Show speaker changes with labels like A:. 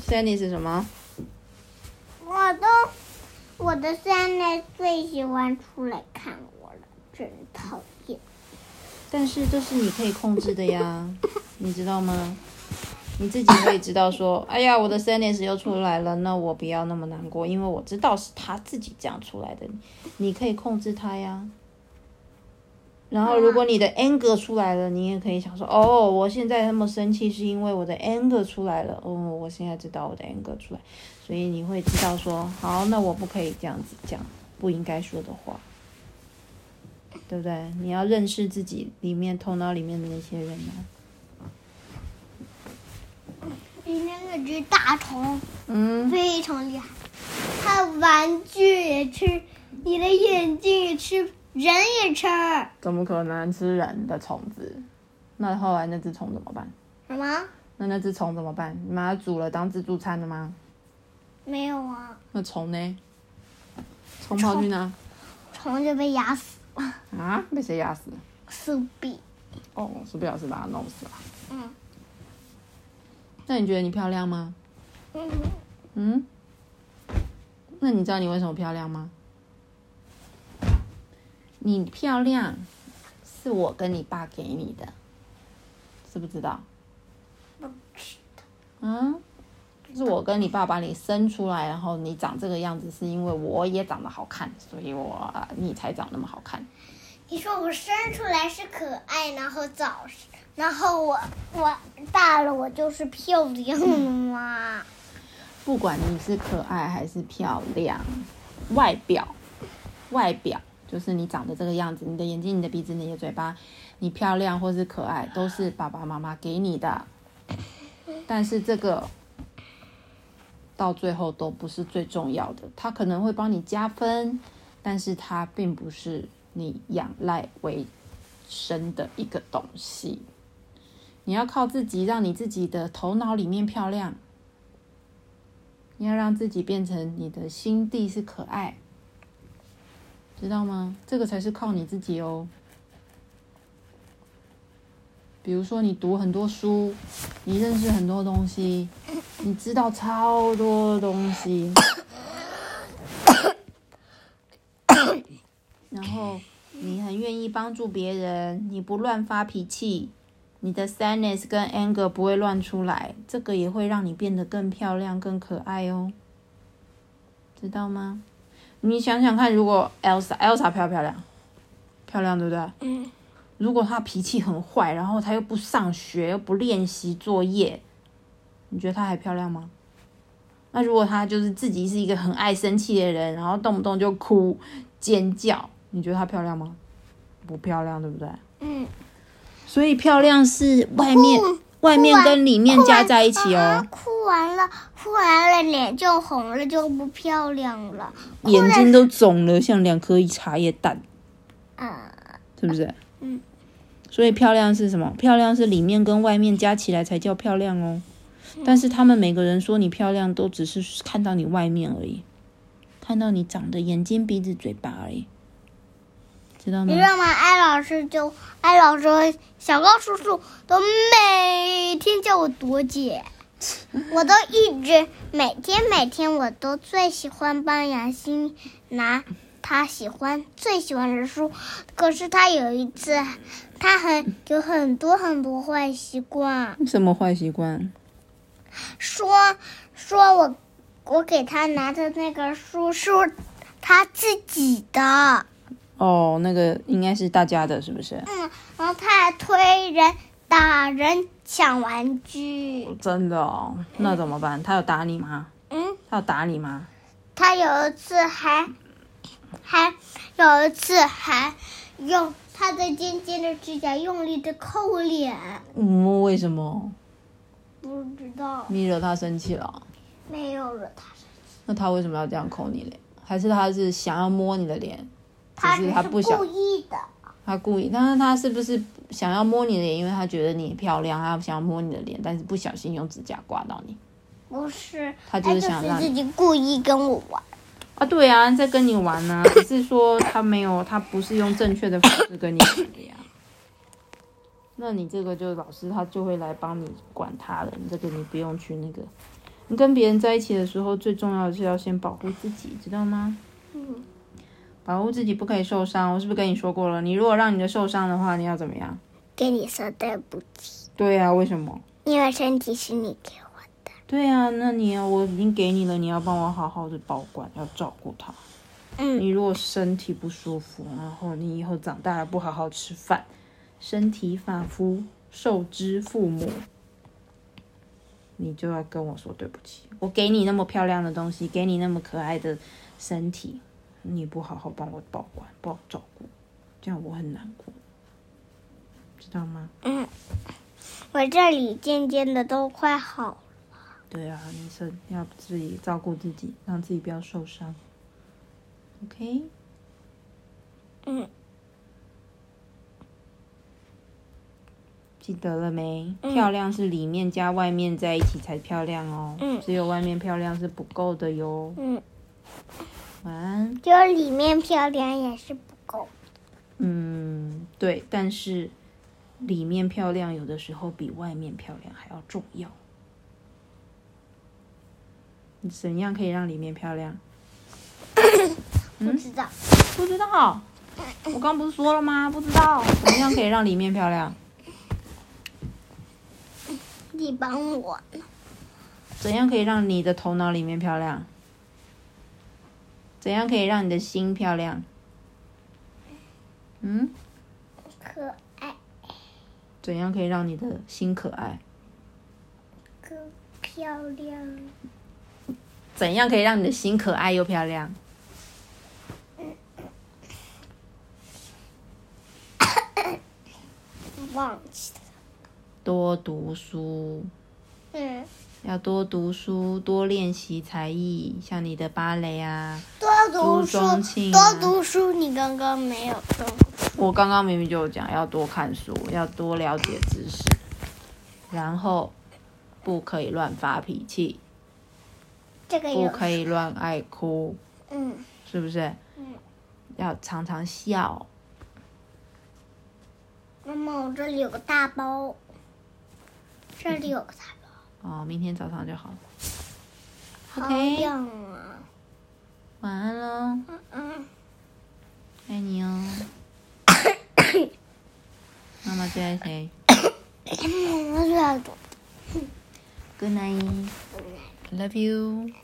A: Sandy 是什么？
B: 我都，我的三奶最喜欢出来看我了，真讨厌。
A: 但是这是你可以控制的呀，你知道吗？你自己会知道说， 哎呀，我的 sadness 又出来了，那我不要那么难过，因为我知道是他自己这样出来的，你可以控制他呀。然后，如果你的 anger 出来了，你也可以想说，哦，我现在那么生气是因为我的 anger 出来了，哦，我现在知道我的 anger 出来，所以你会知道说，好，那我不可以这样子讲不应该说的话，对不对？你要认识自己里面头脑里面的那些人啊。
B: 今天那只大虫
A: 嗯，
B: 非常厉害，它玩具也吃，你的眼睛也吃，人也吃，
A: 怎么可能吃人的虫子？那后来那只虫怎么办？
B: 什么？
A: 那那只虫怎么办？你把它煮了当自助餐了吗？
B: 没有啊，
A: 那虫呢？虫跑去哪？
B: 虫就被压死了，
A: 啊，被谁压死？
B: 死比。
A: 哦，苏菲老师把它弄死了。
B: 嗯
A: 那你觉得你漂亮吗？
B: 嗯，
A: 嗯？那你知道你为什么漂亮吗？你漂亮，是我跟你爸给你的，知不知道？
B: 不吃。
A: 嗯，就是我跟你爸把你生出来，然后你长这个样子，是因为我也长得好看，所以我你才长那么好看。
B: 你说我生出来是可爱，然后早，然后我我大了我就是漂亮了吗？
A: 不管你是可爱还是漂亮，外表，外表就是你长得这个样子，你的眼睛、你的鼻子、你的嘴巴，你漂亮或是可爱，都是爸爸妈妈给你的。但是这个到最后都不是最重要的，它可能会帮你加分，但是它并不是你仰赖为生的一个东西。你要靠自己，让你自己的头脑里面漂亮。你要让自己变成你的心地是可爱，知道吗？这个才是靠你自己哦。比如说，你读很多书，你认识很多东西，你知道超多东西，然后你很愿意帮助别人，你不乱发脾气，你的 sadness 跟 anger 不会乱出来，这个也会让你变得更漂亮、更可爱哦，知道吗？你想想看，如果 Elsa，Elsa 漂不漂亮？漂亮，对不对？
B: 嗯。
A: 如果她脾气很坏，然后她又不上学，又不练习作业，你觉得她还漂亮吗？那如果她就是自己是一个很爱生气的人，然后动不动就哭尖叫，你觉得她漂亮吗？不漂亮，对不对？
B: 嗯，
A: 所以漂亮是外面、外面跟里面加在一起哦，
B: 啊哭完了，哭完了脸就红了，就不漂亮了。
A: 眼睛都肿了，像两颗茶叶蛋，
B: 啊，
A: 是不是？
B: 嗯。
A: 所以漂亮是什么？漂亮是里面跟外面加起来才叫漂亮哦。但是他们每个人说你漂亮，都只是看到你外面而已，看到你长的眼睛、鼻子、嘴巴而已，知道吗
B: 你知？道吗？艾老师就艾老师和小高叔叔都每天叫我朵 姐，我都一直每天每天我都最喜欢帮杨欣拿他喜欢最喜欢的书，可是他有一次，他很有很多很多坏习惯，
A: 什么坏习惯？
B: 说说我我给他拿的那个书是他自己的。
A: 哦，那个应该是大家的，是不是？
B: 嗯，然后他还推人、打人、抢玩具。
A: 真的哦，那怎么办？他有打你吗？
B: 嗯，
A: 他有打你吗？
B: 他有一次还还有一次还用他的尖尖的指甲用力的抠我脸，
A: 嗯，为什么？
B: 不知道
A: 你惹他生气了？
B: 没有了他。
A: 那他为什么要这样抠你嘞？还是他是想要摸你的脸？
B: 他
A: 只
B: 只
A: 是
B: 是
A: 他不想
B: 故意的，
A: 他故意？但是他是不是想要摸你的脸？因为他觉得你漂亮，他想要摸你的脸，但是不小心用指甲刮到你
B: 不是
A: 他就是想让你
B: 自己故意跟我玩。
A: 啊？对啊，在跟你玩呢、只是说他没有，他不是用正确的方式跟你啊玩的 呀。那你这个就老师他就会来帮你管他了，你这个你不用去那个你跟别人在一起的时候，最重要的是要先保护自己，知道吗？
B: 嗯，
A: 保护自己不可以受伤。我是不是跟你说过了？你如果让你的受伤的话，你要怎么样？
B: 跟你说对不起，
A: 对呀、为什么？
B: 因为身体是你给我的。
A: 对呀、那你我已经给你了，你要帮我好好的保管，要照顾它。
B: 嗯
A: 你如果身体不舒服，然后你以后长大了不好好吃饭，身体发肤受之父母，你就要跟我说对不起。我给你那么漂亮的东西，给你那么可爱的身体，你不好好帮我保管、帮我照顾，这样我很难过，知道吗？
B: 嗯，我这里渐渐的都快好了。
A: 对啊，你是要自己照顾自己，让自己不要受伤。OK，
B: 嗯
A: 记得了没？
B: 嗯
A: 漂亮是里面加外面在一起才漂亮哦，
B: 嗯
A: 只有外面漂亮是不够的哟。
B: 嗯，
A: 晚安。
B: 就是里面漂亮也是不够。
A: 嗯，对，但是里面漂亮有的时候比外面漂亮还要重要。你怎样可以让里面漂亮？
B: 不知道，
A: 不知道，我刚不是说了吗？不知道怎么样可以让里面漂亮？
B: 你帮我
A: 怎样可以让你的头脑里面漂亮？怎样可以让你的心漂亮？嗯，
B: 可爱
A: 怎样可以让你的心可爱？
B: 可漂亮。
A: 怎样可以让你的心可爱又漂亮？
B: 忘记了。
A: 多读书，
B: 嗯，
A: 要多读书，多练习才艺，像你的芭蕾啊。
B: 多读书
A: 朱宗，庆啊
B: 多读书。你刚刚没有动。
A: 我刚刚明明就有讲要多看书，要多了解知识，然后不可以乱发脾气，
B: 这个
A: 不
B: 有。
A: 可以乱爱哭，
B: 嗯
A: 是不是？
B: 嗯，
A: 要常常笑。
B: 妈妈，我这里有个大包，这里有个大包，
A: 哦，明天早上就好了。
B: 好
A: OK
B: 痒啊。
A: 晚安喽，
B: 嗯，
A: 爱你哦。 妈妈最爱谁
B: 妈妈最爱读。
A: ？Good night，love you。